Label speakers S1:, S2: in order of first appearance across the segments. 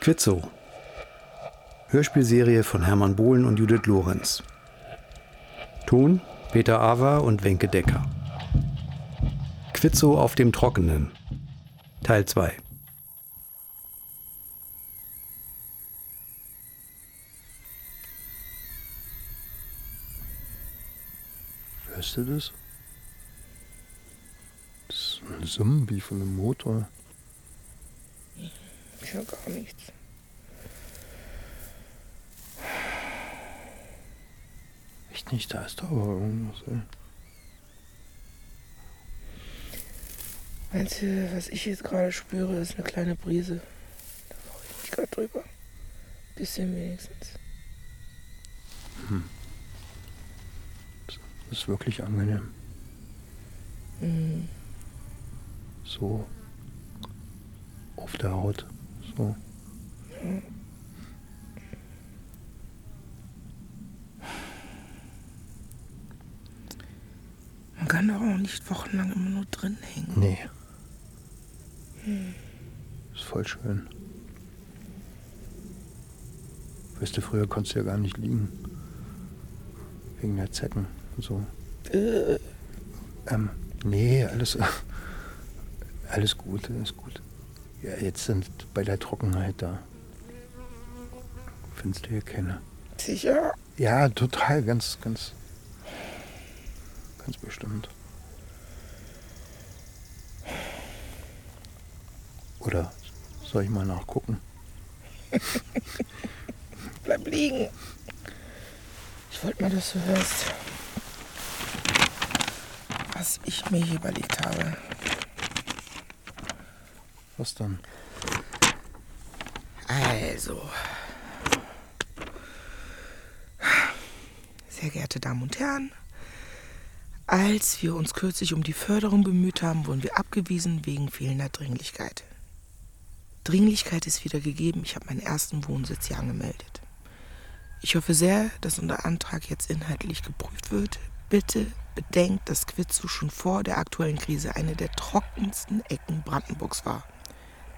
S1: Quitzow. Hörspielserie von Hermann Bohlen und Judith Lorenz. Ton Peter Awa und Wenke Decker. Quitzow auf dem Trockenen. Teil 2.
S2: Hörst du das? Das ist ein Zombie von einem Motor.
S3: Ich höre gar nichts.
S2: Echt nicht, da ist doch aber irgendwas. Ey.
S3: Meinst du, was ich jetzt gerade spüre, ist eine kleine Brise? Da freue ich mich gerade drüber. Bisschen wenigstens.
S2: Das ist wirklich angenehm.
S3: Mhm.
S2: So auf der Haut. So.
S3: Man kann doch auch nicht wochenlang immer nur drin hängen.
S2: Nee. Ist voll schön. Weißt du, früher konntest du ja gar nicht liegen. Wegen der Zecken und so.
S3: Äh,
S2: Ähm, nee, alles, alles gut, alles gut. Ja, jetzt sind bei der Trockenheit da. Findest du hier keine.
S3: sicher.
S2: Ja, total, ganz, ganz, ganz bestimmt. Oder soll ich mal nachgucken?
S3: Bleib liegen. Ich wollte mal, dass du hörst, was ich mir hier überlegt habe.
S2: Was dann?
S3: Also. Sehr geehrte Damen und Herren, als wir uns kürzlich um die Förderung bemüht haben, wurden wir abgewiesen wegen fehlender Dringlichkeit. Dringlichkeit ist wieder gegeben. Ich habe meinen ersten Wohnsitz hier angemeldet. Ich hoffe sehr, dass unser Antrag jetzt inhaltlich geprüft wird. Bitte bedenkt, dass Quitzow schon vor der aktuellen Krise eine der trockensten Ecken Brandenburgs war.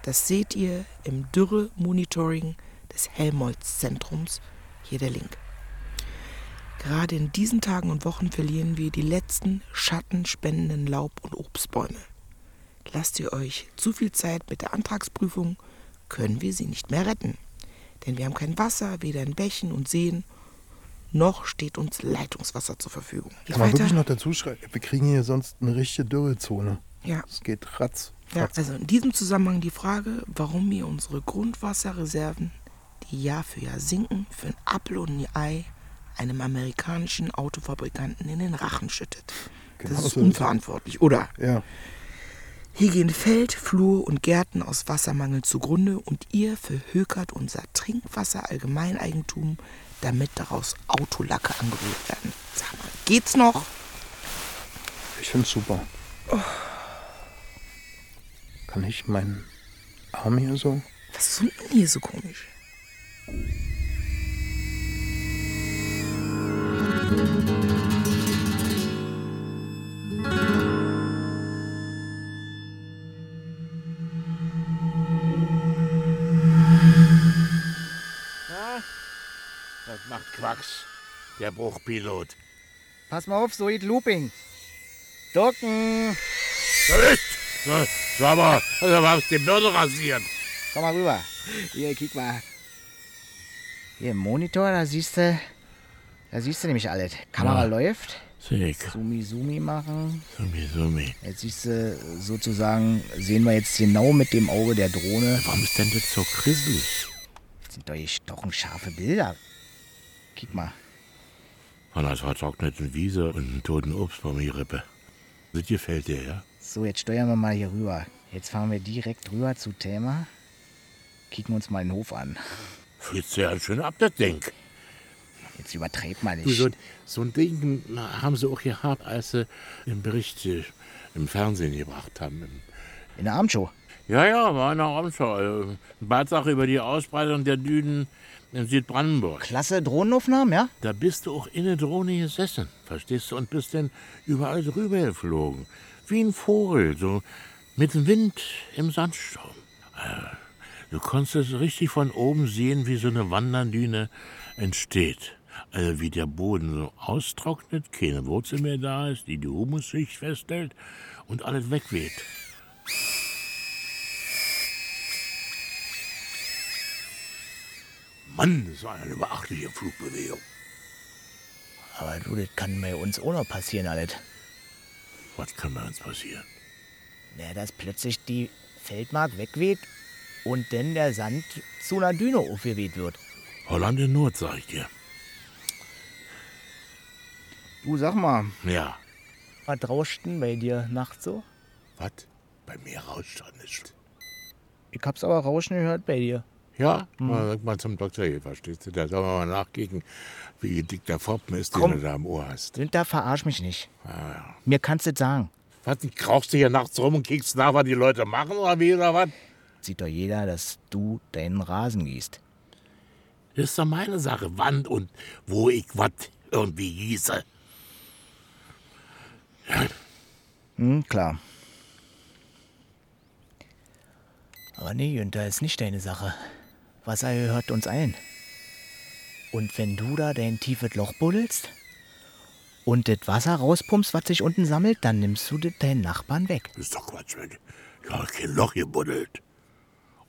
S3: Das seht ihr im Dürre-Monitoring des Helmholtz-Zentrums, hier der Link. Gerade in diesen Tagen und Wochen verlieren wir die letzten schattenspendenden Laub- und Obstbäume. Lasst ihr euch zu viel Zeit mit der Antragsprüfung, können wir sie nicht mehr retten. Denn wir haben kein Wasser, weder in Bächen und Seen, noch steht uns Leitungswasser zur Verfügung. Wie
S2: Kann man wirklich noch dazu schreiben? Wir kriegen hier sonst eine richtige Dürrezone.
S3: Ja.
S2: Es geht ratz.
S3: Ja,
S2: ratz.
S3: also in diesem Zusammenhang die Frage, warum wir unsere Grundwasserreserven, die Jahr für Jahr sinken, für ein Apfel und ein Ei einem amerikanischen Autofabrikanten in den Rachen schüttet.
S2: Genau
S3: das ist
S2: so ist es.
S3: unverantwortlich, oder?
S2: ja.
S3: Hier gehen Feld, Flur und Gärten aus Wassermangel zugrunde und ihr verhökert unser Trinkwasser Allgemeineigentum, damit daraus Autolacke angerührt werden. Sag mal, geht's noch?
S2: Ich finde super. Kann ich meinen Arm hier so?
S3: Was ist denn hier so komisch?
S4: Das macht Quacks, der Bruchpilot.
S5: Pass mal auf, so geht Looping. Ducken.
S4: So, aber, also hab's die Birne rasiert.
S5: Komm mal rüber. Hier, kick mal. Hier im Monitor, da siehst du, da siehst du nämlich alles. Kamera läuft.
S4: Sick.
S5: Sumi Sumi machen.
S4: Sumi, Sumi.
S5: Jetzt siehst du sozusagen, sehen wir jetzt genau mit dem Auge der Drohne.
S4: Warum ist denn das so grisselig?
S5: Das sind doch gestochen scharfe Bilder. Kick mal.
S4: Von einer vertrockneten Wiese und einem toten Obstbaum hier Rippe. Das gefällt dir, ja?
S5: So, jetzt steuern wir mal hier rüber. Jetzt fahren wir direkt rüber zu Thema. Kicken uns mal den Hof an.
S4: Fühlst du ja schön ab, das Ding.
S5: Jetzt übertreib mal
S4: Du,
S5: nicht.
S4: so, so ein Ding haben sie auch gehabt, als sie im Bericht äh, im Fernsehen gebracht haben.
S5: In der Abendshow.
S4: Ja, ja, war eine Umschau. Beitrag über die Ausbreitung der Dünen in Südbrandenburg.
S5: Klasse Drohnenaufnahmen, ja?
S4: Da bist du auch in der Drohne gesessen, verstehst du, und bist dann überall drüber geflogen. Wie ein Vogel, so mit dem Wind im Sandsturm. Äh, Du konntest es richtig von oben sehen, wie so eine Wanderdüne entsteht. Also wie der Boden so austrocknet, keine Wurzel mehr da ist, die die Humusschicht festhält und alles wegweht. Mann, das war eine beachtliche Flugbewegung.
S5: Aber du, das kann bei uns auch noch passieren, alles.
S4: Was kann bei uns passieren?
S5: Na, dass plötzlich die Feldmark wegweht und dann der Sand zu einer Düne aufgeweht wird.
S4: Holland in Not, sag ich dir.
S5: Du, sag mal,
S4: Ja.
S5: was rauscht denn bei dir nachts so?
S4: Was? Bei mir rauscht doch nichts.
S5: Ich hab's aber Rauschen gehört bei dir.
S4: Ja, mal, sag mal zum Doktor hier, verstehst du? Da sollen wir mal nachgucken, wie dick der Foppen ist, den
S5: Komm.
S4: du da im Ohr hast.
S5: Günther, verarsch mich nicht.
S4: Ah, ja.
S5: Mir kannst du das sagen.
S4: Was, du krauchst du hier nachts rum und kickst nach, was die Leute machen oder wie oder was?
S5: Sieht doch jeder, dass du deinen Rasen gießt.
S4: Das ist doch meine Sache, wann und wo ich was irgendwie gieße.
S5: Hm, klar. Aber nee, Günther, ist nicht deine Sache. Wasser gehört uns allen. Und wenn du da dein tiefes Loch buddelst und das Wasser rauspumpst, was sich unten sammelt, dann nimmst du das deinen Nachbarn weg.
S4: Das ist doch Quatsch, Mensch. Ich habe kein Loch gebuddelt.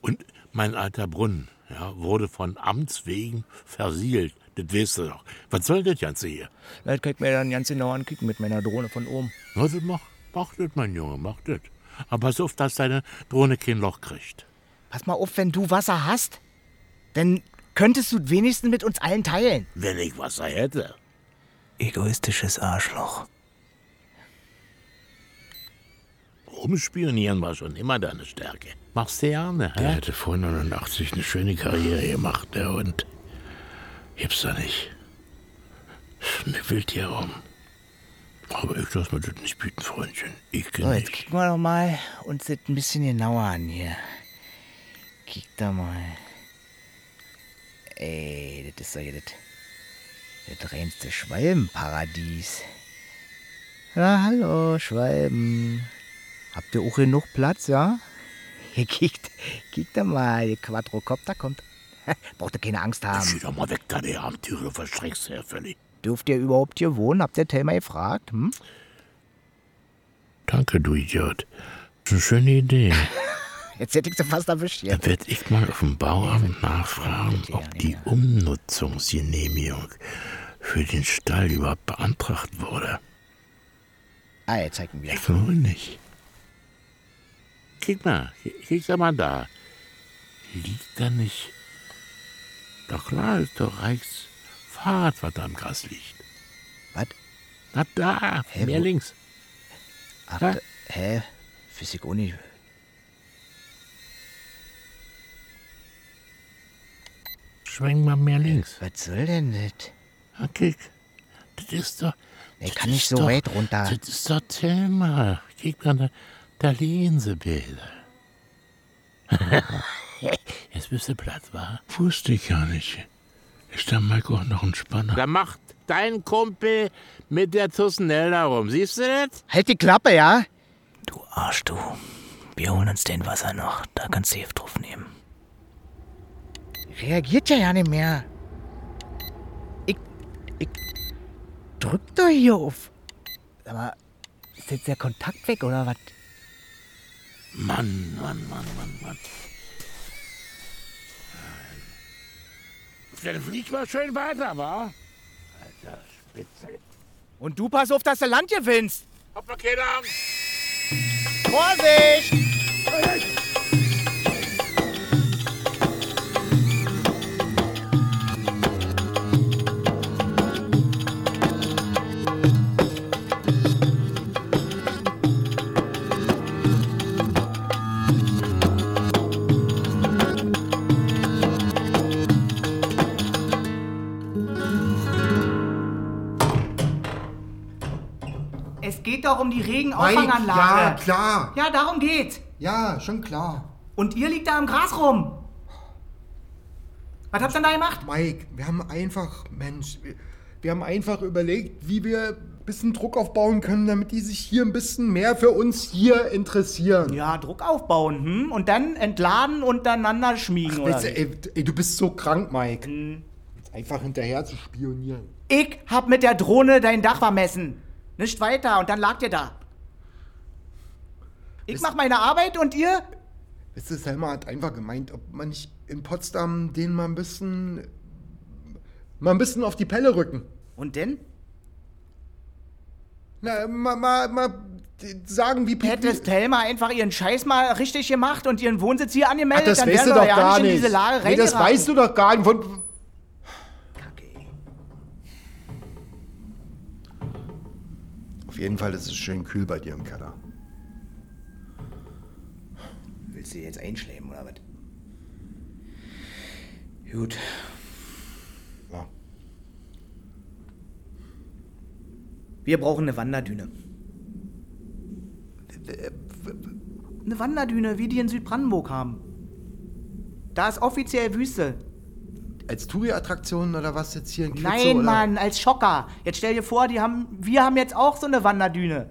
S4: Und mein alter Brunnen ja, wurde von Amts wegen versiegelt. Das weißt du doch. Was soll das Ganze hier?
S5: Das kann ich mir dann ganz genau angucken mit meiner Drohne von oben.
S4: Na, das mach, mach das, mein Junge, mach das. Aber pass auf, dass deine Drohne kein Loch kriegt.
S5: Pass mal auf, wenn du Wasser hast, dann könntest du wenigstens mit uns allen teilen.
S4: Wenn ich Wasser hätte.
S5: Egoistisches Arschloch.
S4: Rumspionieren war schon immer deine Stärke. Machst du ne? gerne, hä?
S6: Der hätte vor 89 eine schöne Karriere gemacht, der Hund. Gibt's da nicht. Schnippelt hier rum. Aber ich lass mir das nicht bieten, Freundchen. Ich
S5: So,
S6: kenn
S5: jetzt
S6: nicht.
S5: gucken wir doch mal uns das ein bisschen genauer an hier. Kick da mal. Ey, das ist doch hier das, das reinste Schwalbenparadies. Ja, hallo, Schwalben. Habt ihr auch genug Platz, ja? Hier, kickt, kickt da mal, ihr Quadrocopter kommt. Braucht ihr keine Angst haben.
S4: Zieh doch mal weg, deine Armtüre, du verschreckst ja völlig.
S5: Dürft ihr überhaupt hier wohnen? Habt ihr Thelma gefragt? Hm?
S6: Danke, du Idiot. Das ist eine schöne Idee.
S5: Jetzt hätte ich sie fast erwischt hier.
S6: Da werde ich mal auf dem Bauamt nachfragen, ob die Umnutzungsgenehmigung für den Stall überhaupt beantragt wurde.
S5: Ah, jetzt zeigen wir.
S6: Ich glaube nicht.
S4: Kick mal, kick doch mal da. Liegt da nicht? Doch klar, ist doch Reichs Fahrrad, was da im Gras liegt.
S5: Was?
S4: Na da,
S5: Hä,
S4: mehr
S5: wo-
S4: links.
S5: Ach,
S4: Ja.
S5: da- hä? Physik Uni.
S4: Schwenk mal mehr links.
S5: Was soll denn das?
S4: Na, kick. Das ist doch.
S5: Nee,
S4: das
S5: kann nicht
S4: ist
S5: so
S4: doch-
S5: weit runter.
S4: Das ist doch Thema. Kick mal, da, da liegen sie Bilder. Jetzt bist du platt, wa?
S6: Wusste ich gar nicht. Ist da Mike auch noch ein Spanner?
S4: Da macht dein Kumpel mit der Tussenell da rum. Siehst du das?
S5: Halt die Klappe, ja?
S7: Du Arsch, du. Wir holen uns den Wasser noch. Da kannst du Hilfe drauf nehmen.
S5: Reagiert ja ja nicht mehr. Ich. Ich. Drück doch hier auf. Sag mal, ist jetzt der Kontakt weg oder was?
S4: Mann, Mann, Mann, Mann, Mann. Dann fliegt mal schön weiter, wa? Alter, Spitze.
S5: Und du pass auf, dass du Land gewinnst.
S4: Hab mal keine Angst.
S5: Vorsicht!
S8: Es geht doch um die
S2: Ja,
S8: Regenauffanganlage.
S2: klar.
S8: Ja, darum geht's.
S2: Ja, schon klar.
S8: Und ihr liegt da im Gras rum. Was habt ihr denn da gemacht?
S2: Mike, wir haben einfach, Mensch, wir- wir haben einfach überlegt, wie wir
S9: bisschen Druck aufbauen können, damit die sich hier ein bisschen mehr für uns hier interessieren.
S10: Ja, Druck aufbauen, hm? Und dann entladen und aneinander schmiegen,
S9: Ach,
S10: oder? Mhm.
S9: weißt du, ey, ey, du bist so krank, Mike. Jetzt einfach hinterher zu spionieren.
S10: Ich hab mit der Drohne dein Dach vermessen. Nicht weiter und dann lag ihr da. Ich mach meine Arbeit und ihr?
S9: Weißt du, Selma hat einfach gemeint, ob man nicht in Potsdam den mal ein bisschen. mal ein bisschen auf die Pelle rücken.
S10: Und denn?
S9: Na, mal, mal, mal sagen, wie
S10: Hättest Thelma einfach ihren Scheiß mal richtig gemacht und ihren Wohnsitz hier angemeldet,
S9: das
S10: dann
S9: weißt
S10: wären
S9: du
S10: wir
S9: doch
S10: ja
S9: gar
S10: nicht in
S9: nicht.
S10: diese Lage
S9: nee, das
S10: reingeraten.
S9: weißt du doch gar nicht. Von, Auf jeden Fall ist es schön kühl bei dir im Keller.
S10: Willst du die jetzt einschleppen oder was? Gut.
S9: Ja.
S10: Wir brauchen eine Wanderdüne. Eine Wanderdüne, wie die in Südbrandenburg haben. Da ist offiziell Wüste.
S9: Als Touri-Attraktion oder was jetzt hier in Kitzo,
S10: Nein,
S9: oder?
S10: Mann, als Schocker. Jetzt stell dir vor, die haben, wir haben jetzt auch so eine Wanderdüne.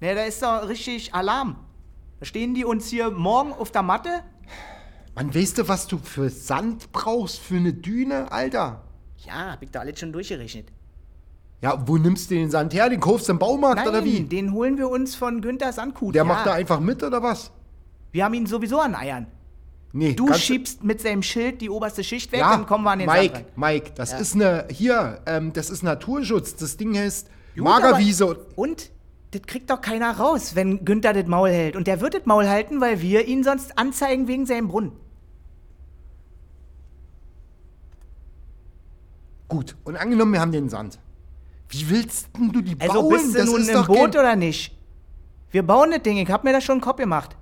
S10: Ne, da ist doch richtig Alarm. Da stehen die uns hier morgen auf der Matte.
S9: Mann, weißt du, was du für Sand brauchst, für eine Düne, Alter?
S10: Ja, hab ich da alles schon durchgerechnet.
S9: Ja, wo nimmst du den Sand her? Den kaufst du im Baumarkt
S10: Nein,
S9: oder wie?
S10: den holen wir uns von Günther Sandkuh.
S9: Der
S10: ja.
S9: macht da einfach mit oder was?
S10: Wir haben ihn sowieso an Eiern.
S9: Nee,
S10: Du
S9: ganz-
S10: schiebst mit seinem Schild die oberste Schicht weg,
S9: ja,
S10: dann kommen wir an den
S9: Mike,
S10: Sand ran.
S9: Mike, das
S10: Ja.
S9: ist eine, hier, ähm, das ist Naturschutz. Das Ding heißt
S10: Gut,
S9: Magerwiese.
S10: aber- Und? Das kriegt doch keiner raus, wenn Günther das Maul hält. Und der wird das Maul halten, weil wir ihn sonst anzeigen wegen seinem Brunnen.
S9: Gut, und angenommen, wir haben den Sand. Wie willst denn du die
S10: Also
S9: bauen?
S10: bist du
S9: das
S10: nun
S9: ist
S10: im
S9: doch
S10: Boot
S9: kein-
S10: oder nicht? Wir bauen das Ding, ich hab mir da schon einen Kopf gemacht.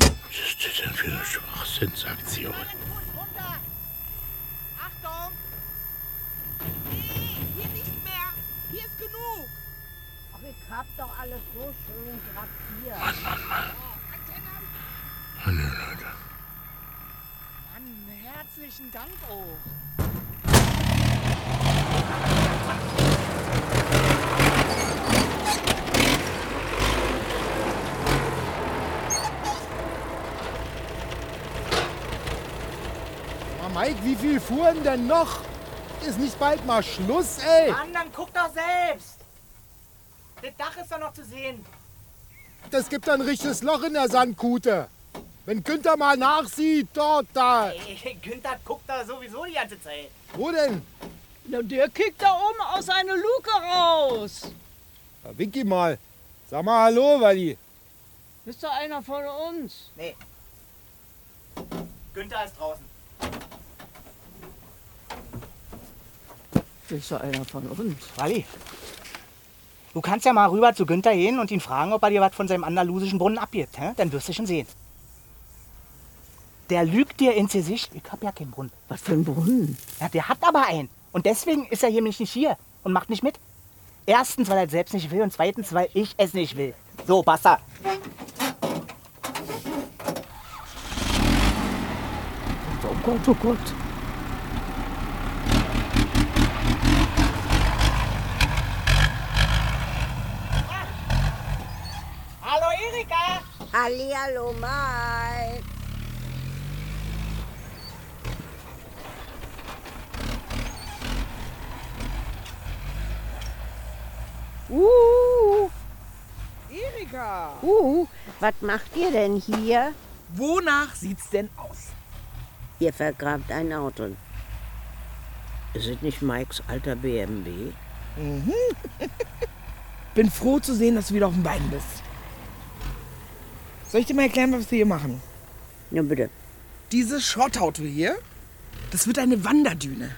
S6: Was ist das denn für eine Schwachsinnsaktion?
S11: Achtung! Nee, hier nicht mehr! Hier ist genug! Ach, ich hab doch alles so schön drapiert. Mann, Mann, Mann!
S6: Hallo Leute.
S10: Mann, herzlichen Dank auch.
S9: Ja, Mike, wie viel fuhren denn noch? Ist nicht bald mal Schluss, ey?
S10: Mann, dann guck doch selbst. Das Dach ist doch noch zu sehen.
S9: Das gibt ein richtiges Loch in der Sandkute. Wenn Günther mal nachsieht, dort, da.
S10: Günther guckt da sowieso die ganze Zeit.
S9: Wo denn?
S12: Na, der kickt da oben aus einer Luke raus.
S9: Da wink ihm mal. Sag mal Hallo, Wally.
S12: Ist da einer von uns?
S10: Nee. Günther ist draußen.
S12: Ist da einer von uns?
S10: Wally, du kannst ja mal rüber zu Günther gehen und ihn fragen, ob er dir was von seinem andalusischen Brunnen abgibt. Hä? Dann wirst du schon sehen. Der lügt dir ins Gesicht. Ich hab ja keinen Brunnen.
S12: Was für ein Brunnen?
S10: Ja, der hat aber einen. Und deswegen ist er hier nämlich nicht hier und macht nicht mit. Erstens, weil er es selbst nicht will und zweitens, weil ich es nicht will. So, basta.
S12: Oh Gott, oh Gott.
S11: Hallo Erika! Hallihallo Mike!
S12: Uh,
S11: Erika!
S12: uh, was macht ihr denn hier?
S11: Wonach sieht's denn aus?
S13: Ihr vergrabt ein Auto. Ist es nicht Mikes alter BMW?
S3: Mhm. Bin froh zu sehen, dass du wieder auf den Beinen bist. Soll ich dir mal erklären, was wir hier machen?
S13: Ja, bitte.
S3: Dieses Schrottauto hier, das wird eine Wanderdüne.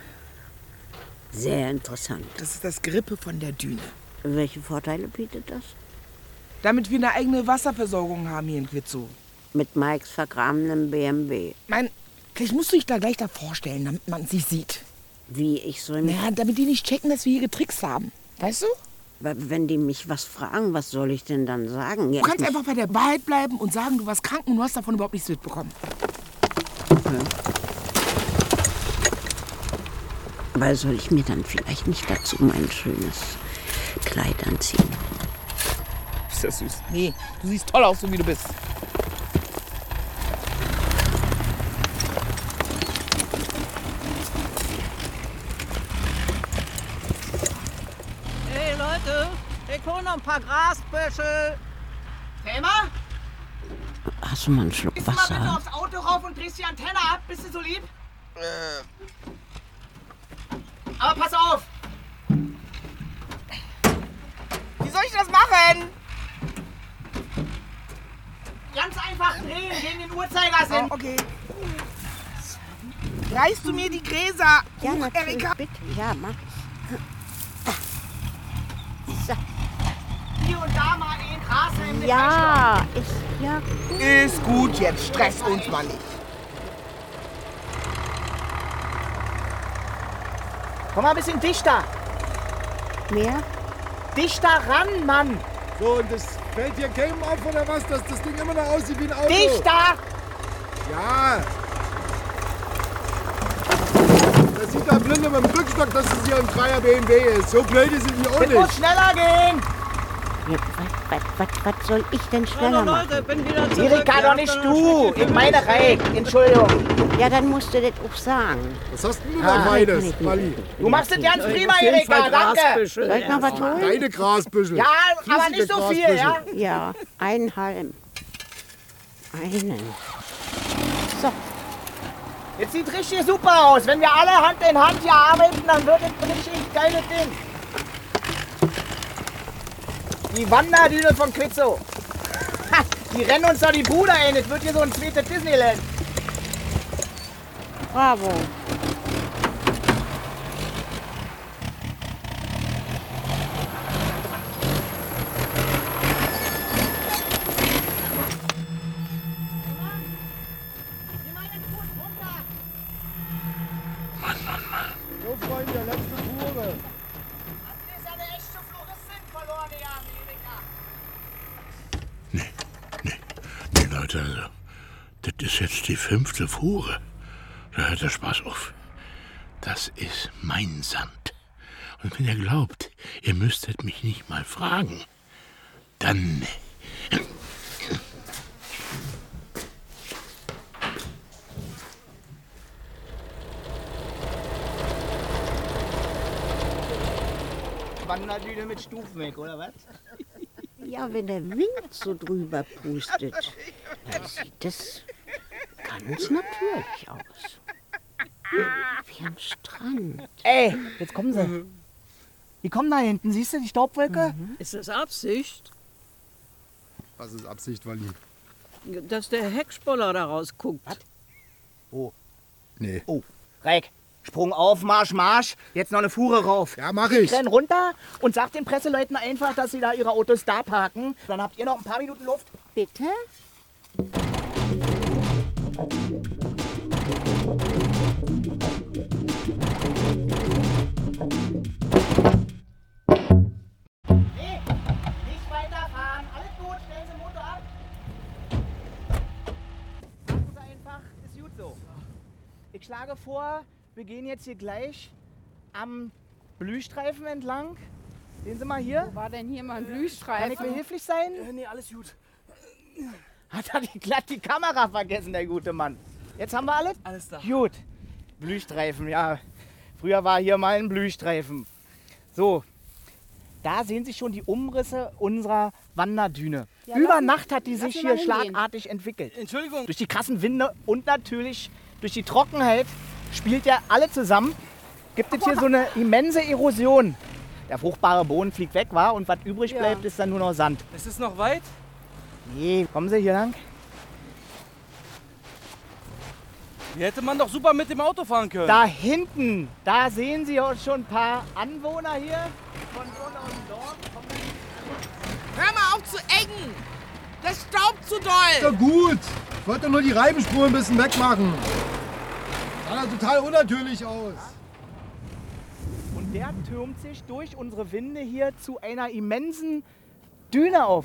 S13: Sehr interessant.
S3: Das ist das Gerippe von der Düne.
S13: Welche Vorteile bietet das?
S3: Damit wir eine eigene Wasserversorgung haben hier in Quitzow.
S13: Mit Mikes vergrabenem BMW.
S3: Mein, vielleicht musst du dich da gleich davor stellen, damit man sich sieht.
S13: Wie ich so
S3: Naja, damit die nicht checken, dass wir hier getrickst haben. Weißt du?
S13: Wenn die mich was fragen, was soll ich denn dann sagen?
S3: Du kannst einfach bei der Wahrheit bleiben und sagen, du warst krank und du hast davon überhaupt nichts mitbekommen.
S13: Aber soll ich mir dann vielleicht nicht dazu mein schönes Kleid anziehen?
S3: Ist das süß? Nee, du siehst toll aus, so wie du bist.
S12: Hey Leute, ich hol noch ein paar Grasbüschel. Thelma?
S13: Hast du mal einen Schluck
S12: Gehst du mal bitte
S13: Wasser?
S12: aufs Auto rauf und drehst die Antenne ab? Bist du so lieb?
S10: Äh.
S12: Aber pass auf! Wie soll ich das machen? Ganz einfach drehen, gegen den
S3: Ah,
S12: Uhrzeigersinn. okay. Reißt du mir die Gräser?
S13: Ja,
S12: Huch,
S13: natürlich,
S12: Erika.
S13: bitte. Ja, mach Ah.
S12: Hier und da mal ein Grashalm mit
S13: Ja, ich, ja.
S3: Ist gut, jetzt stress uns mal nicht.
S10: Komm mal ein bisschen dichter.
S13: Mehr?
S10: Dichter ran, Mann.
S14: So, und das fällt dir Game auf oder was, dass das Ding immer noch aussieht wie ein Auto?
S10: Dichter!
S14: Ja! Das sieht der Blinde mit dem Rückstock, dass es hier ein freier BMW ist. So blöd ist es mir auch
S10: Es
S14: nicht.
S10: muss schneller gehen.
S13: Ja, was, was, was, was soll ich denn schneller machen?
S10: Erika, doch nicht du. Ich meine Reik. Entschuldigung.
S13: Ja, dann musst du das auch sagen.
S14: Was hast denn du
S10: da beides,
S14: Mali?
S10: Du machst das
S13: Äh,
S10: ganz prima, Erika. Danke.
S13: Soll ich noch was holen?
S14: Deine Grasbüschel.
S10: Ja, aber nicht so viel, ja?
S13: Ja, einen halben. Einen. So.
S10: Jetzt sieht richtig super aus. Wenn wir alle Hand in Hand hier arbeiten, dann wird es ein richtig geiles Ding. Die Wanderdüne von Quizzo. Ha, Die rennen uns doch die Bude ein. Es wird hier so ein zweites Disneyland.
S13: Bravo.
S14: So, Freunde, letzte Fuhre.
S4: Nee, Leute, also, das ist jetzt die fünfte Fuhre. Da hört der Spaß auf. Das ist mein Sand. Und wenn ihr glaubt, ihr müsstet mich nicht mal fragen, dann.
S10: Wanderdüne mit Stufenweg, oder was?
S13: Ja, wenn der Wind so drüber pustet, dann sieht das ganz natürlich aus. Wie am Strand.
S10: Ey, jetzt kommen sie. Die kommen da hinten. Siehst du die Staubwolke?
S12: Ist das Absicht,
S14: Was ist Absicht, Wally?
S12: dass der Heckspoller da rausguckt?
S10: Oh.
S14: Nee.
S10: Oh. Reik. Sprung auf, Marsch, Marsch. Jetzt noch eine Fuhre rauf.
S14: Ja, mach ich.
S10: Renn runter und sag den Presseleuten einfach, dass sie da ihre Autos da parken. Dann habt ihr noch ein paar Minuten Luft.
S13: Bitte?
S10: Nicht weiterfahren. Alles gut. Stellen Sie Motor ab. Machen Sie einfach. Ist gut so. Ich schlage vor, wir gehen jetzt hier gleich am Blühstreifen entlang. Sehen Sie mal hier.
S12: War denn hier mal ein
S10: Kann ich mir
S12: Blühstreifen?
S10: hilflich sein? Äh, nee, alles gut. Hat er die, glatt die Kamera vergessen, der gute Mann. Jetzt haben wir alles? Alles da. Gut. Blühstreifen, ja. Früher war hier mal ein Blühstreifen. So, da sehen Sie schon die Umrisse unserer Wanderdüne.
S12: Ja,
S10: Über
S12: lass ihn-
S10: Nacht hat die
S12: lass
S10: sich
S12: ihn
S10: hier
S12: mal hingehen.
S10: schlagartig entwickelt. Entschuldigung. Durch die krassen Winde und natürlich durch die Trockenheit spielt ja alle zusammen. Gibt es hier so eine immense Erosion. Der fruchtbare Boden fliegt weg, war und was übrig
S15: Ja.
S10: bleibt, ist dann nur noch Sand.
S15: Es ist noch weit.
S10: Nee, kommen Sie hier lang.
S15: Hier hätte man doch super mit dem Auto fahren können.
S10: Da hinten, da sehen Sie auch schon ein paar Anwohner hier.
S3: Hör mal auf zu engen! Das staubt zu doll!
S14: Ja, gut. Ich wollte doch nur die Reibenspuren ein bisschen wegmachen. Sah da total unnatürlich aus.
S10: Und der türmt sich durch unsere Winde hier zu einer immensen Düne auf.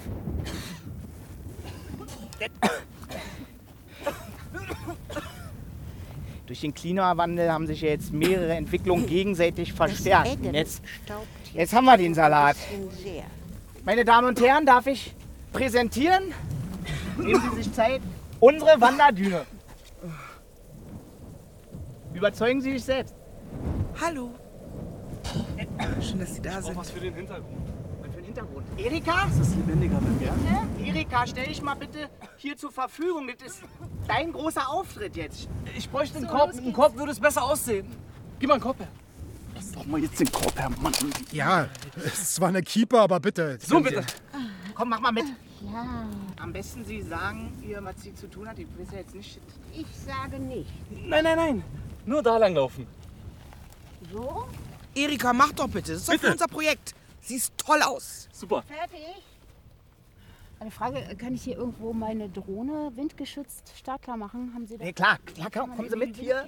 S10: Durch den Klimawandel haben sich ja jetzt mehrere Entwicklungen gegenseitig verstärkt. Und Jetzt, jetzt haben wir den Salat. Meine Damen und Herren, darf ich präsentieren? Nehmen Sie sich Zeit. Unsere Wanderdüne. Überzeugen Sie sich selbst.
S3: Hallo. Schön, dass Sie da sind.
S15: was für den Hintergrund.
S10: Für den Hintergrund. Erika?
S15: Das ist lebendiger mit mir.
S10: Bitte? Erika, stell dich mal bitte hier zur Verfügung. Das ist dein großer Auftritt jetzt.
S15: Ich bräuchte einen Korb. Ein Korb würde es besser aussehen. Gib mal einen Korb her. Lass doch mal jetzt den Korb her, Mann.
S14: Ja, es war eine Keeper, aber bitte.
S10: So bitte. Komm, mach mal mit. Ja. Am besten Sie sagen ihr, was sie zu tun hat. Ich weiß ja jetzt nicht.
S13: Ich sage nicht.
S15: Nein, nein, nein. Nur da lang laufen.
S13: So?
S3: Erika, mach doch bitte. Das ist doch für unser Projekt. Siehst toll aus.
S15: Super.
S13: Fertig?
S16: Eine Frage, kann ich hier irgendwo meine Drohne windgeschützt startklar machen? Haben Sie das?
S10: Nee, klar, klar, klar. kommen Sie mit hier.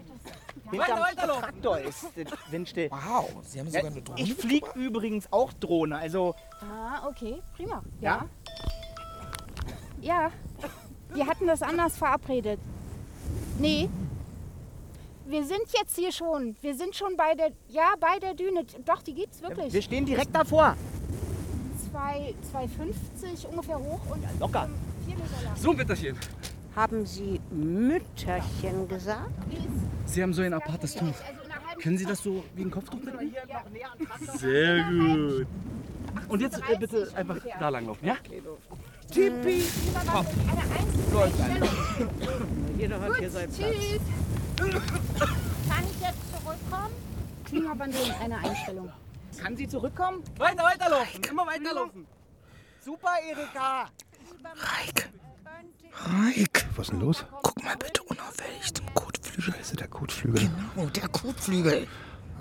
S15: Weiter,
S10: Hinterm
S15: weiter laufen.
S10: Traktor ist das Windstill.
S3: Wow, Sie haben sogar eine Drohne
S10: Ich fliege übrigens auch Drohne, also
S16: Ah, okay, prima.
S10: ja.
S16: Ja, wir hatten das anders verabredet. Nee. Wir sind jetzt hier schon. Wir sind schon bei der, ja, bei der Düne. Doch, die gibt's wirklich.
S10: Wir stehen direkt davor.
S16: Zwei- 2,50 ungefähr hoch und ähm,
S10: Locker.
S16: vier Meter lang.
S15: So, Bitterchen.
S13: Haben Sie Mütterchen gesagt?
S15: Sie haben so ein apartes
S16: Also
S15: Tuch. Können Sie das so wie ein Kopftuch bitte? Sehr gut. Und jetzt äh, bitte einfach da lang laufen, ja?
S16: Hm.
S15: Tippi. Top. Läuft einfach.
S8: Jeder hat hier seinen Platz.
S16: Tschüss. Kann ich jetzt zurückkommen? Klimawandel in einer Einstellung.
S10: Kann sie zurückkommen?
S15: Weiter, weiter laufen. Immer weiter laufen.
S10: Super, Erika.
S3: Reik.
S2: Reik. Was ist denn los?
S3: Guck mal bitte unauffällig zum Kotflügel.
S2: Scheiße, der Kotflügel.
S3: Genau, der Kotflügel.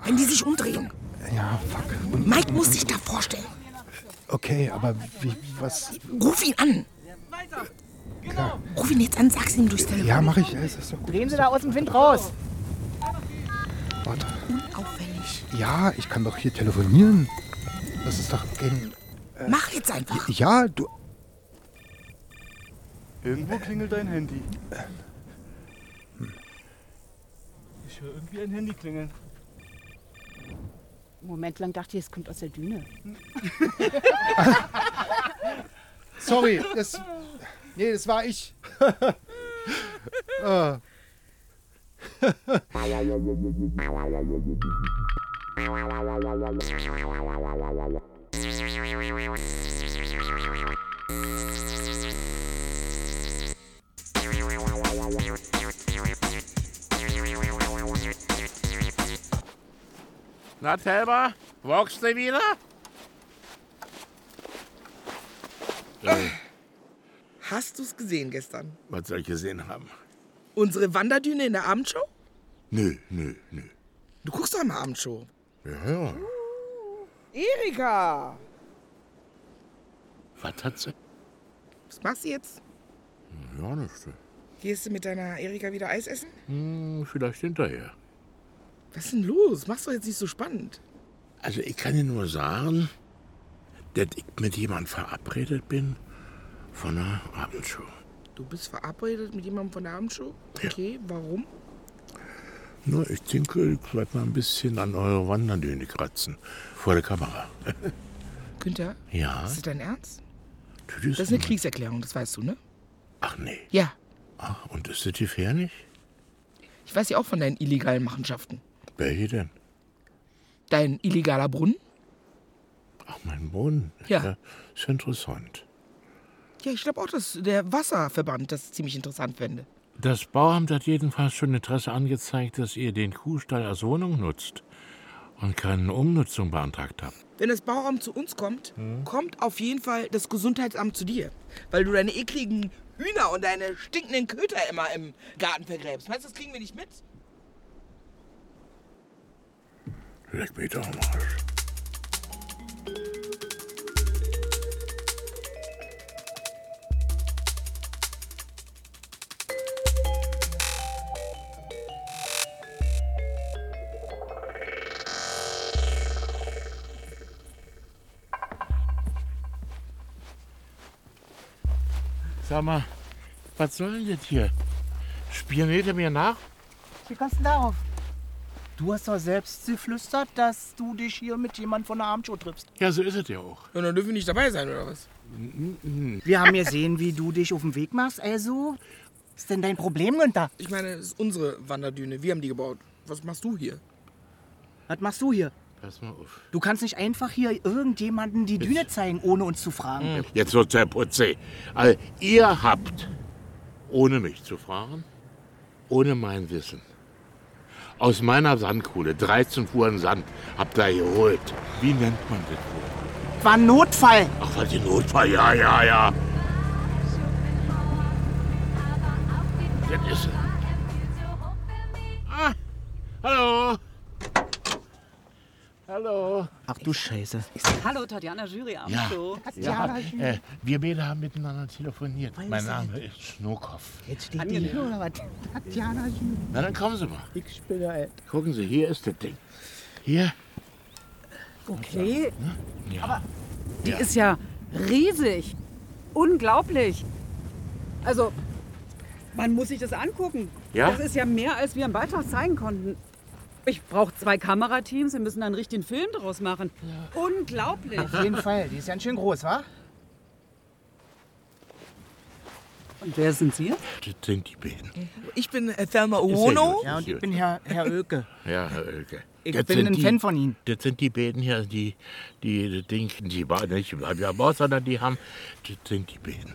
S3: Wenn die sich umdrehen.
S2: Ja, fuck.
S3: Mike muss sich da vorstellen.
S2: Okay, aber wie, was?
S3: Ruf ihn an.
S2: Klar.
S3: Ruf ihn jetzt an, sag's ihm durchs Telefon.
S2: Ja, mach ich. Ja, es ist doch gut.
S10: Drehen Sie da aus dem Wind raus.
S2: Warte.
S3: Auffällig.
S2: Ja, ich kann doch hier telefonieren. Das ist doch kein...
S3: Mach jetzt einfach.
S2: Ja, du...
S15: Irgendwo klingelt dein Handy. Ich höre irgendwie ein Handy klingeln.
S16: Einen Moment lang dachte ich, es kommt aus der Düne.
S14: Sorry, das. Nee, das war ich. Ah.
S4: Na, Telma, walkst du wieder? Äh,
S3: Hast du's gesehen gestern?
S4: was soll ich gesehen haben?
S3: Unsere Wanderdüne in der Abendshow?
S4: Nö, nö, nö.
S3: Du guckst doch immer Abendshow.
S4: Ja, ja.
S3: Erika!
S4: Was hat sie?
S3: Was machst du jetzt?
S4: Ja, nichts.
S3: Gehst du mit deiner Erika wieder Eis essen?
S4: Hm, vielleicht hinterher.
S3: Was ist denn los? Mach's doch jetzt nicht so spannend.
S4: Also ich kann dir nur sagen, dass ich mit jemandem verabredet bin von einer Abendshow.
S3: Du bist verabredet mit jemandem von der Abendshow? Okay, warum?
S4: Nur ich denke, ich werde mal ein bisschen an eure Wanderdüne kratzen. Vor der Kamera.
S3: Günther?
S4: Ja.
S3: Ist das dein Ernst?
S4: Das ist
S3: Das ist eine Kriegserklärung, das weißt du, ne?
S4: Ach nee.
S3: Ja.
S4: Ach, und ist das gefährlich?
S3: Ich weiß ja auch von deinen illegalen Machenschaften.
S4: Welche denn?
S3: Dein illegaler Brunnen?
S4: Ach, mein Brunnen.
S3: Ja.
S4: Ist interessant.
S3: Ja, ich glaube auch, dass der Wasserverband das ziemlich interessant fände.
S4: Das Bauamt hat jedenfalls schon Interesse angezeigt, dass ihr den Kuhstall als Wohnung nutzt und keine Umnutzung beantragt habt.
S3: Wenn das Bauamt zu uns kommt, kommt auf jeden Fall das Gesundheitsamt zu dir. Weil du deine ekligen Hühner und deine stinkenden Köter immer im Garten vergräbst. Meinst du, das kriegen wir nicht mit?
S4: Leck mich doch am Arsch. Sag mal, was soll denn das hier? Spioniert ihr mir nach?
S5: Wie kommst du denn darauf? Du hast doch selbst geflüstert, dass du dich hier mit jemandem von der Abendshow triffst.
S4: Ja, so ist es ja auch.
S3: Ja, dann dürfen wir nicht dabei sein, oder was?
S5: Wir haben gesehen, wie du dich auf den Weg machst, also. Ist denn dein Problem, Günther?
S3: Ich meine, es ist unsere Wanderdüne. Wir haben die gebaut. Was machst du hier?
S5: Was machst du hier?
S4: Pass mal auf.
S5: Du kannst nicht einfach hier irgendjemanden die Düne zeigen, ohne uns zu fragen.
S4: Mhm. Jetzt wird's Herr Putze. Also, ihr habt, ohne mich zu fragen, ohne mein Wissen, aus meiner Sandkuhle 13 Fuhren Sand habt ihr geholt. Wie nennt man das
S3: Hm.
S4: wohl?
S5: War ein Notfall.
S4: Ach, war die Notfall? Ja, ja, ja. Das ist Ah, hallo. Hallo.
S5: Ach du Scheiße.
S10: Hallo, Tatjana Jury.
S4: Ja. ja. Äh, wir beide haben miteinander telefoniert. Weiß mein Name ist Schnurkopf.
S5: Jetzt steht die hier oder was? Tatjana Jury.
S4: Na, dann kommen Sie mal.
S5: Ich halt. spinne, ey.
S4: Gucken Sie, hier ist das Ding. Hier.
S10: Okay. Ja. Ja. Aber die ist ja riesig. Unglaublich. Also, man muss sich das angucken.
S4: Ja?
S10: Das ist ja mehr, als wir im Beitrag zeigen konnten. Ich brauche zwei Kamerateams, wir müssen einen richtigen Film draus machen. Ja. Unglaublich.
S5: Auf jeden Fall, die ist ganz schön groß, wa?
S10: Und wer sind Sie?
S4: Das sind die beiden.
S17: Ich bin äh, Thelma Uono.
S5: Ja, und ich bin Herr, Herr Oelke.
S4: Ja, Herr Oelke.
S5: Ich das bin ein
S4: die,
S5: Fan von Ihnen.
S4: Das sind die beiden hier, die, die, die Ding, die waren nicht bleiben ja Bau, sondern die haben, das sind die beiden.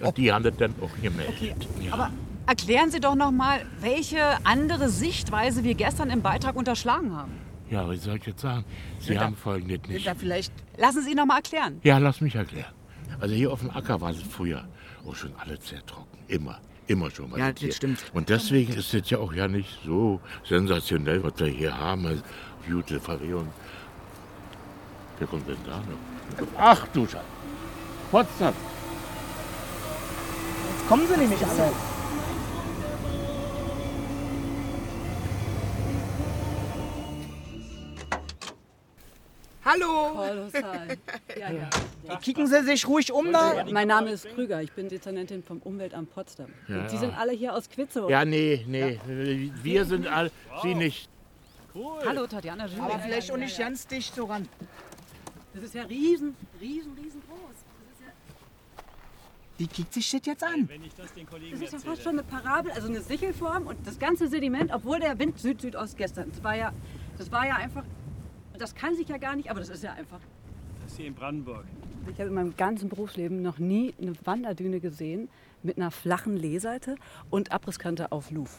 S4: Und okay. die haben das dann auch gemeldet. Okay. Ja.
S10: Aber Erklären Sie doch noch mal, welche andere Sichtweise wir gestern im Beitrag unterschlagen haben.
S4: Ja, was soll ich jetzt sagen? Sie ja, haben folgendes nicht.
S5: Da vielleicht
S10: Lassen Sie noch mal erklären.
S4: Ja, lass mich erklären. Also hier auf dem Acker war es früher auch schon alles sehr trocken. Immer. Immer schon mal.
S5: Ja, das stimmt.
S4: Und deswegen ist es ja auch ja nicht so sensationell, was wir hier haben. Gute Verwehung. Wer kommt denn da noch? Ach du Scheiße. Potsdam.
S5: Jetzt kommen sie nämlich alle.
S17: Hallo.
S10: Kolossal. Ja, ja, ja.
S5: Kicken Sie sich ruhig um da.
S10: Mein Name ist Krüger, ich bin Dezernentin vom Umweltamt Potsdam. Ja, Sie sind alle hier aus Quitzow.
S4: Ja, nee, nee, wir sind alle, wow. Sie nicht.
S10: Cool. Hallo, Tatjana Jüri.
S5: Aber vielleicht auch nicht ganz dicht so ran.
S10: Das ist ja riesen, riesen, riesengroß.
S5: Wie kickt sich das jetzt an?
S10: das, das ist ja fast schon eine Parabel, also eine Sichelform und das ganze Sediment, obwohl der Wind Süd-Südost gestern, das war ja, das war ja einfach das kann sich ja gar nicht, aber das ist ja einfach.
S18: Das ist hier in Brandenburg.
S10: Ich habe in meinem ganzen Berufsleben noch nie eine Wanderdüne gesehen mit einer flachen Lehseite und Abrisskante auf Luf.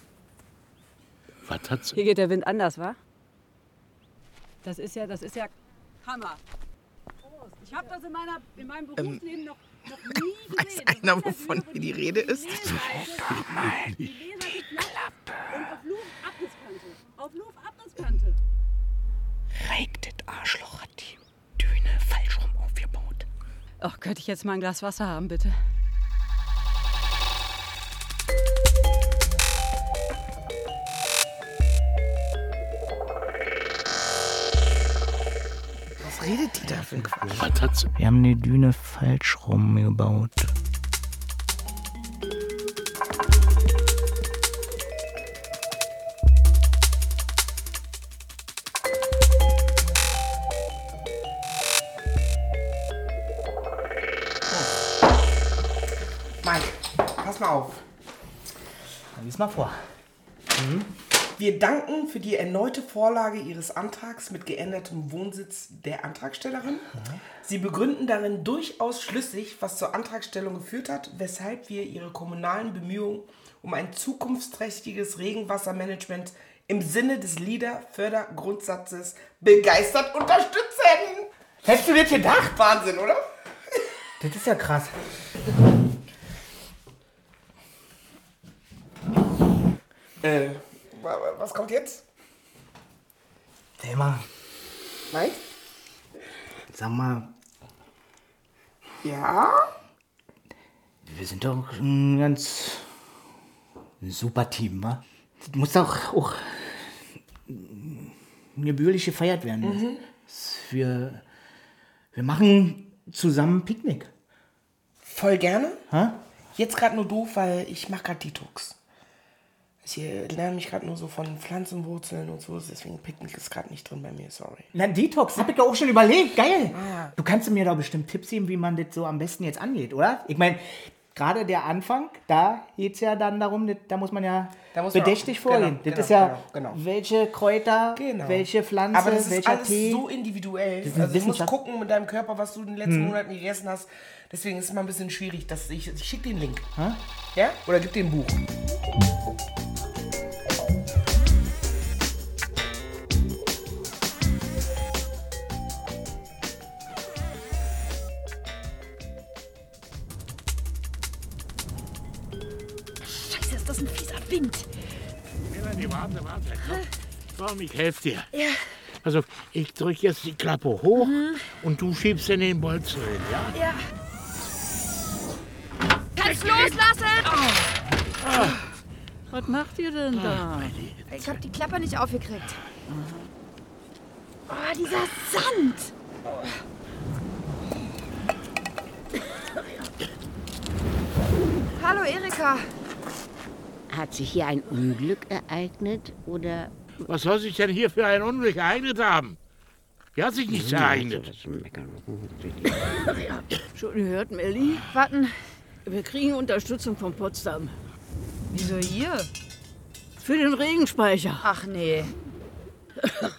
S4: Was hat's?
S10: Hier geht der Wind anders, wa? Das ist ja, das ist ja Hammer. Ich habe das in, meiner, in meinem Berufsleben ähm, noch, noch nie gesehen.
S17: Weiß einer, wovon hier die Rede ist?
S10: Lehseite,
S4: doch mal
S10: die Klappe. Und auf Luf Abrisskante. Auf Luf Abrisskante.
S19: Reik, das Arschloch hat die Düne falsch rum aufgebaut.
S10: Ach, könnte ich jetzt mal ein Glas Wasser haben, bitte?
S17: Was redet die da für ein Quatsch?
S4: Was hat sie?
S19: Wir haben die Düne falsch rumgebaut.
S5: mal vor. Mhm.
S3: Wir danken für die erneute Vorlage Ihres Antrags mit geändertem Wohnsitz der Antragstellerin. Ja. Sie begründen darin durchaus schlüssig, was zur Antragstellung geführt hat, weshalb wir Ihre kommunalen Bemühungen um ein zukunftsträchtiges Regenwassermanagement im Sinne des LIDER-Fördergrundsatzes begeistert unterstützen.
S5: Hättest du das gedacht?
S3: Wahnsinn, oder?
S5: Das ist ja krass.
S3: Äh, was kommt jetzt?
S5: Thema.
S3: Nein?
S5: Sag mal.
S3: Ja?
S5: Wir sind doch ein ganz ein super Team, wa? Das muss doch auch gebührlich gefeiert werden. Mhm. Wir, wir machen zusammen Picknick.
S3: Voll gerne.
S5: Ha?
S3: Jetzt gerade nur doof, weil ich mache gerade Detox. Ich äh, lerne mich gerade nur so von Pflanzenwurzeln und so, deswegen Picknick ist gerade nicht drin bei mir, sorry.
S5: Na, Detox, hab ich doch auch schon überlegt, geil.
S3: Ah,
S5: Du kannst mir da bestimmt Tipps geben, wie man das so am besten jetzt angeht, oder? Ich meine, gerade der Anfang, da geht es ja dann darum, das- da muss man ja
S3: Da muss man
S5: bedächtig
S3: auch-
S5: vorgehen.
S3: genau,
S5: das ist
S3: genau,
S5: ja,
S3: genau,
S5: welche Kräuter, welche Pflanze,
S3: Aber das ist
S5: welcher
S3: alles
S5: Tee.
S3: so individuell.
S5: Das ist eine
S3: Also du musst
S5: Wissenschaft.
S3: gucken mit deinem Körper, was du in den letzten
S5: Hm.
S3: Monaten gegessen hast. Deswegen ist es mal ein bisschen schwierig. Dass ich ich schicke den Link. Ja? Oder gib dir ein Buch.
S20: Scheiße, ist das ein fieser Wind.
S4: Melanie, warte, warte. Komm, ich helfe dir.
S20: Ja.
S4: Pass auf, ich drücke jetzt die Klappe hoch
S5: Mhm.
S4: und du schiebst in den Bolzen rein, ja?
S20: Ja. Kannst loslassen!
S10: Was macht ihr denn da?
S20: Ich hab die Klappe nicht aufgekriegt. Oh, dieser Sand! Hallo Erika.
S13: Hat sich hier ein Unglück ereignet oder
S4: Was soll sich denn hier für ein Unglück ereignet haben? Hier hat sich nichts ereignet.
S10: Schon gehört, Melli? Warten. Wir kriegen Unterstützung von Potsdam. Wieso hier? Für den Regenspeicher. Ach nee.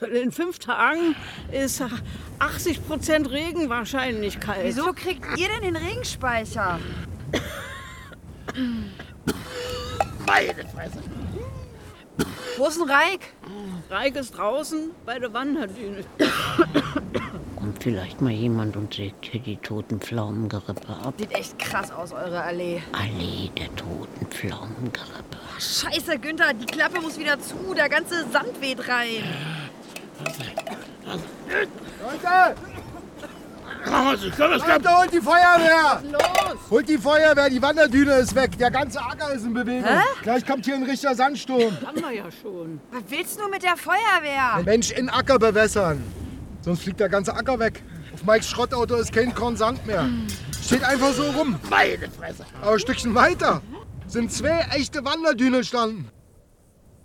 S10: In fünf Tagen ist 80% Regenwahrscheinlichkeit.
S20: Wieso kriegt ihr denn den Regenspeicher?
S4: Meine Fresse.
S10: Wo ist denn Reik? Reik ist draußen bei der Wanderdüne.
S13: kommt vielleicht mal jemand und sägt hier die toten Pflaumengerippe ab?
S20: Sieht echt krass aus, eure Allee.
S13: Allee der toten Pflaumengerippe.
S20: Scheiße, Günther, die Klappe muss wieder zu. Der ganze Sand weht rein.
S9: Leute! Leute, holt die Feuerwehr!
S10: Los!
S9: Holt die Feuerwehr, die Wanderdüne ist weg. Der ganze Acker ist in Bewegung.
S20: Hä?
S9: Gleich kommt hier ein richtiger Sandsturm.
S10: Haben wir ja schon.
S20: Was willst du mit der Feuerwehr?
S9: Mensch, in Acker bewässern. Sonst fliegt der ganze Acker weg. Auf Mikes Schrottauto ist kein Korn Sand mehr. Steht einfach so rum.
S4: Meine Fresse.
S9: Aber ein Stückchen weiter sind zwei echte Wanderdünen entstanden.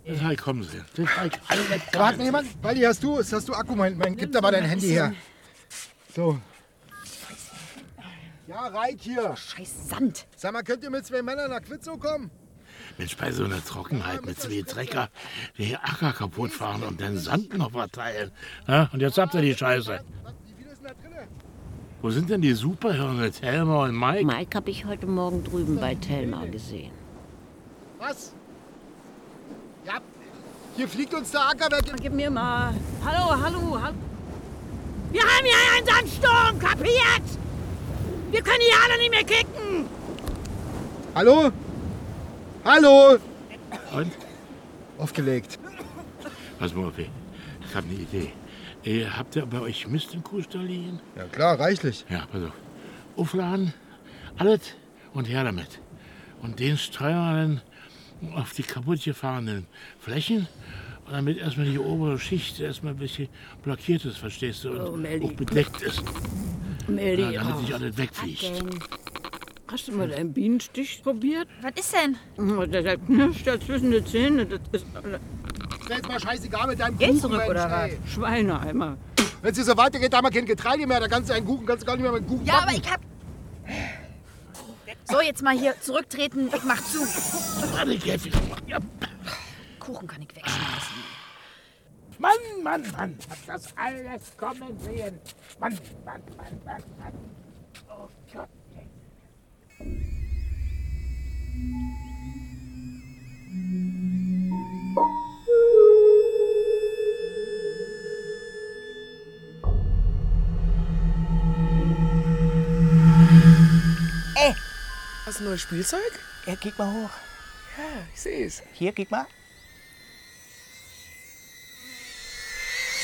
S4: Das halt kommen sie. Das halt alle
S9: Warte mal jemand. Waldi, hast du, hast du Akku? Mein, mein, gib da mal dein Handy her. So. Ja, Reik hier.
S20: Scheiß Sand.
S9: Sag mal, könnt ihr mit zwei Männern nach Quitzow kommen?
S4: Mensch, bei so einer Trockenheit mit zwei Trecker den Acker kaputt fahren und den Sand noch verteilen. Ja, und jetzt habt ihr die Scheiße. Wo sind denn die Superhirne, Thelma und Mike?
S13: Mike habe ich heute Morgen drüben bei Thelma gesehen.
S9: Was? Ja, hier fliegt uns der Acker weg.
S10: Gib mir mal. Hallo, hallo, hallo. Wir haben hier einen Sandsturm, kapiert? Wir können hier alle nicht mehr kicken.
S9: Hallo? Hallo?
S4: Und?
S9: Aufgelegt.
S4: Pass mal auf, ey. ich habe eine Idee. Äh, habt ihr bei euch Mist im Kuhstall liegen?
S9: Ja, klar, reichlich.
S4: Ja, pass auf. Aufladen, alles und her damit. Und den streuen wir dann auf die kaputt gefahrenen Flächen, damit erstmal die obere Schicht erstmal ein bisschen blockiert ist, verstehst du?
S10: Oh,
S4: Und
S10: Melli.
S4: auch bedeckt ist.
S10: Melli,
S4: ja, damit
S10: oh.
S4: nicht alles wegfliegt.
S10: Hast du mal deinen Bienenstich probiert? Oh,
S20: Was ist denn?
S10: Der, der knirscht da zwischen den Zähnen. Das ist
S9: Ist ja jetzt mal scheißegal mit deinem
S10: Geld
S9: Kuchen,
S10: zurück,
S9: Mensch,
S10: oder
S9: ey.
S10: was? Schweineeimer.
S9: Wenn es hier so weitergeht, da haben wir kein Getreide mehr. Da kannst du einen Kuchen kannst du gar nicht mehr mit Kuchen
S20: Ja,
S9: backen.
S20: aber ich hab. So, jetzt mal hier zurücktreten. Ich mach zu.
S4: Alle Käfig.
S20: Kuchen kann ich wegschmeißen.
S21: Mann, Mann, Mann, hab das alles kommen sehen. Mann, Mann, Mann, Mann, Mann. Oh Gott.
S3: Ey! Hast du neues Spielzeug?
S5: Ja, kick mal hoch.
S3: Ja, ich seh's.
S5: Hier, kick mal.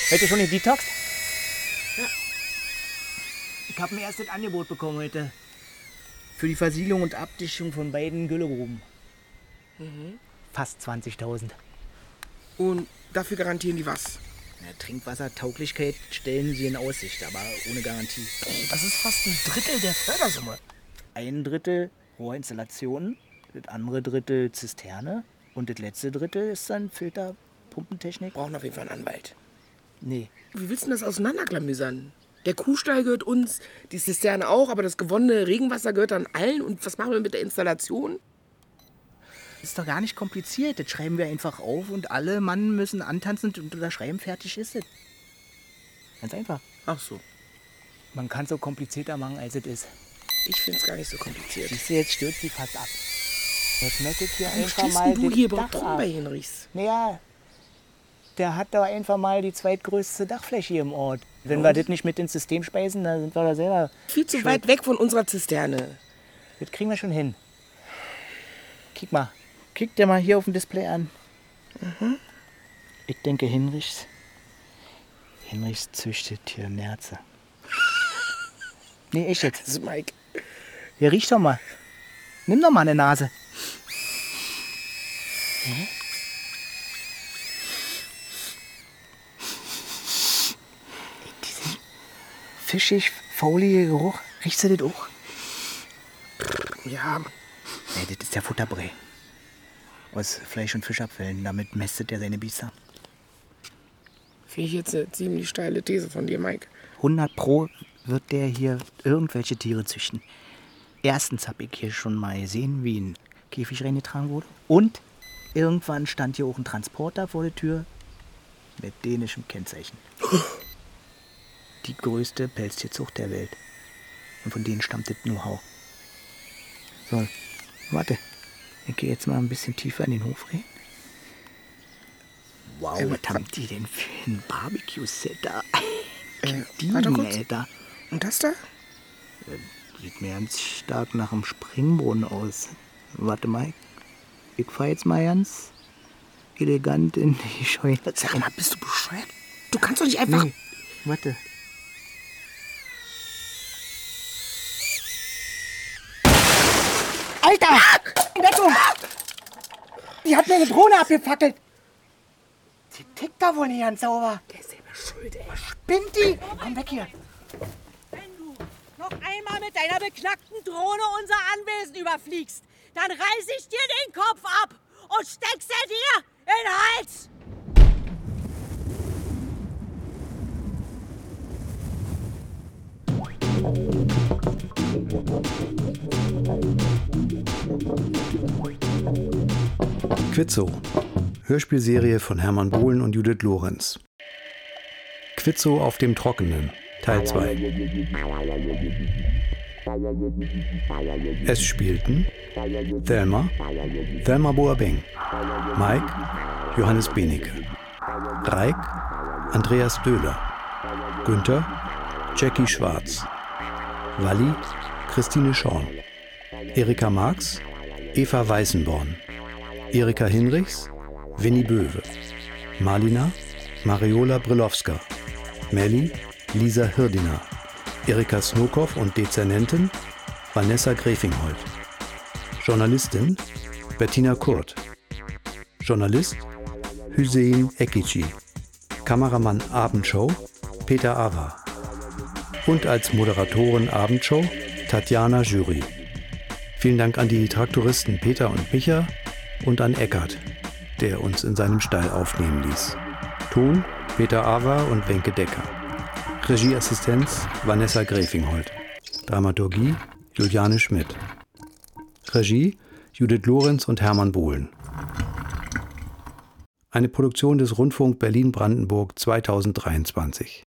S5: Hält ihr schon den Detox? Ja. Ich habe ein erstes Angebot bekommen heute. Für die Versiegelung und Abdichtung von beiden Güllegruben. Mhm. Fast 20.000.
S3: Und dafür garantieren die was?
S5: Trinkwassertauglichkeit stellen sie in Aussicht, aber ohne Garantie.
S3: Das ist fast ein Drittel der Fördersumme.
S5: Ein Drittel Rohrinstallationen, das andere Drittel Zisterne und das letzte Drittel ist dann Filterpumpentechnik.
S3: Brauchen auf jeden Fall einen Anwalt.
S5: Nee.
S3: Wie willst du denn das auseinanderklamüsern? Der Kuhstall gehört uns, die Zisterne auch, aber das gewonnene Regenwasser gehört dann allen. Und was machen wir mit der Installation?
S5: Das ist doch gar nicht kompliziert. Das schreiben wir einfach auf und alle Mann müssen antanzen und unterschreiben, fertig ist es. Ganz einfach.
S3: Ach so.
S5: Man kann es so komplizierter machen, als es ist.
S3: Ich finde es gar nicht so kompliziert.
S5: Siehst du, jetzt stürzt sie fast ab. Jetzt möchte ich hier
S3: Warum
S5: einfach mal
S3: stehst denn du hier
S5: Dach
S3: überhaupt rum
S5: ab.
S3: bei Henrichs?
S5: Naja, der hat da einfach mal die zweitgrößte Dachfläche hier im Ort. Wenn wir
S3: Und?
S5: das nicht mit ins System speisen, dann sind wir da selber.
S3: Viel zu weit weg von unserer Zisterne.
S5: Das kriegen wir schon hin. Kick mal. Kick dir mal hier auf dem Display an. Mhm. Ich denke, Hinrichs. Hinrichs züchtet hier Nerze. Nee, ich jetzt. Das ist Mike. Hier riech doch mal. Nimm doch mal eine Nase. Hä? Diesen fischig, faulige Geruch. Riechst du das auch?
S3: Ja,
S5: Nee, das ist der Futterbrei. Aus Fleisch- und Fischabfällen. Damit mästet er seine Biester.
S3: finde ich jetzt eine ziemlich steile These von dir, Mike.
S5: 100 Pro wird der hier irgendwelche Tiere züchten. Erstens habe ich hier schon mal gesehen, wie ein Käfig reingetragen wurde. Und irgendwann stand hier auch ein Transporter vor der Tür mit dänischem Kennzeichen. Die größte Pelztierzucht der Welt. Und von denen stammt das Know-how. So, warte. Ich gehe jetzt mal ein bisschen tiefer in den Hof rein. Wow,
S3: Ähm,
S5: was haben die denn für ein Barbecue-Setter? Die
S3: Äh, warte kurz.
S5: Alter.
S3: Und das da?
S5: Sieht mir ganz stark nach einem Springbrunnen aus. Warte mal. Ich fahr jetzt mal ganz elegant in die Scheune. Sag mal, bist du bescheuert?
S3: Du kannst doch nicht einfach.
S5: Nee. Warte. Alter! Netto! Die hat mir eine Drohne abgefackelt! Die tickt da wohl nicht ganz sauber.
S3: Der ist selber schuld, ey.
S5: Spinnt die? Komm weg hier.
S13: Wenn du noch einmal mit deiner beknackten Drohne unser Anwesen überfliegst, dann reiß ich dir den Kopf ab und steck's er dir in den Hals.
S1: Quizzo. Hörspielserie von Hermann Bohlen und Judith Lorenz. Quizzo auf dem Trockenen, Teil 2. Es spielten Thelma, Thelma Boabeng, Mike, Johannes Benecke, Reik, Andreas Döhler, Günther, Jackie Schwarz, Walli, Christine Schorn, Erika Marx, Eva Weißenborn, Erika Hinrichs, Winnie Böwe, Marlina, Mariola Brilowska, Melli, Lisa Hirdiner, Erika Snokow und Dezernentin Vanessa Gräfingholt, Journalistin Bettina Kurt, Journalist Hüseyin Ekici, Kameramann Abendshow Peter Awa und als Moderatorin Abendshow Tatjana Jury. Vielen Dank an die Traktoristen Peter und Micha und an Eckart, der uns in seinem Stall aufnehmen ließ. Ton Peter Awa und Wenke Decker. Regieassistenz Vanessa Gräfingholt. Dramaturgie Juliane Schmidt. Regie Judith Lorenz und Hermann Bohlen. Eine Produktion des Rundfunk Berlin-Brandenburg 2023.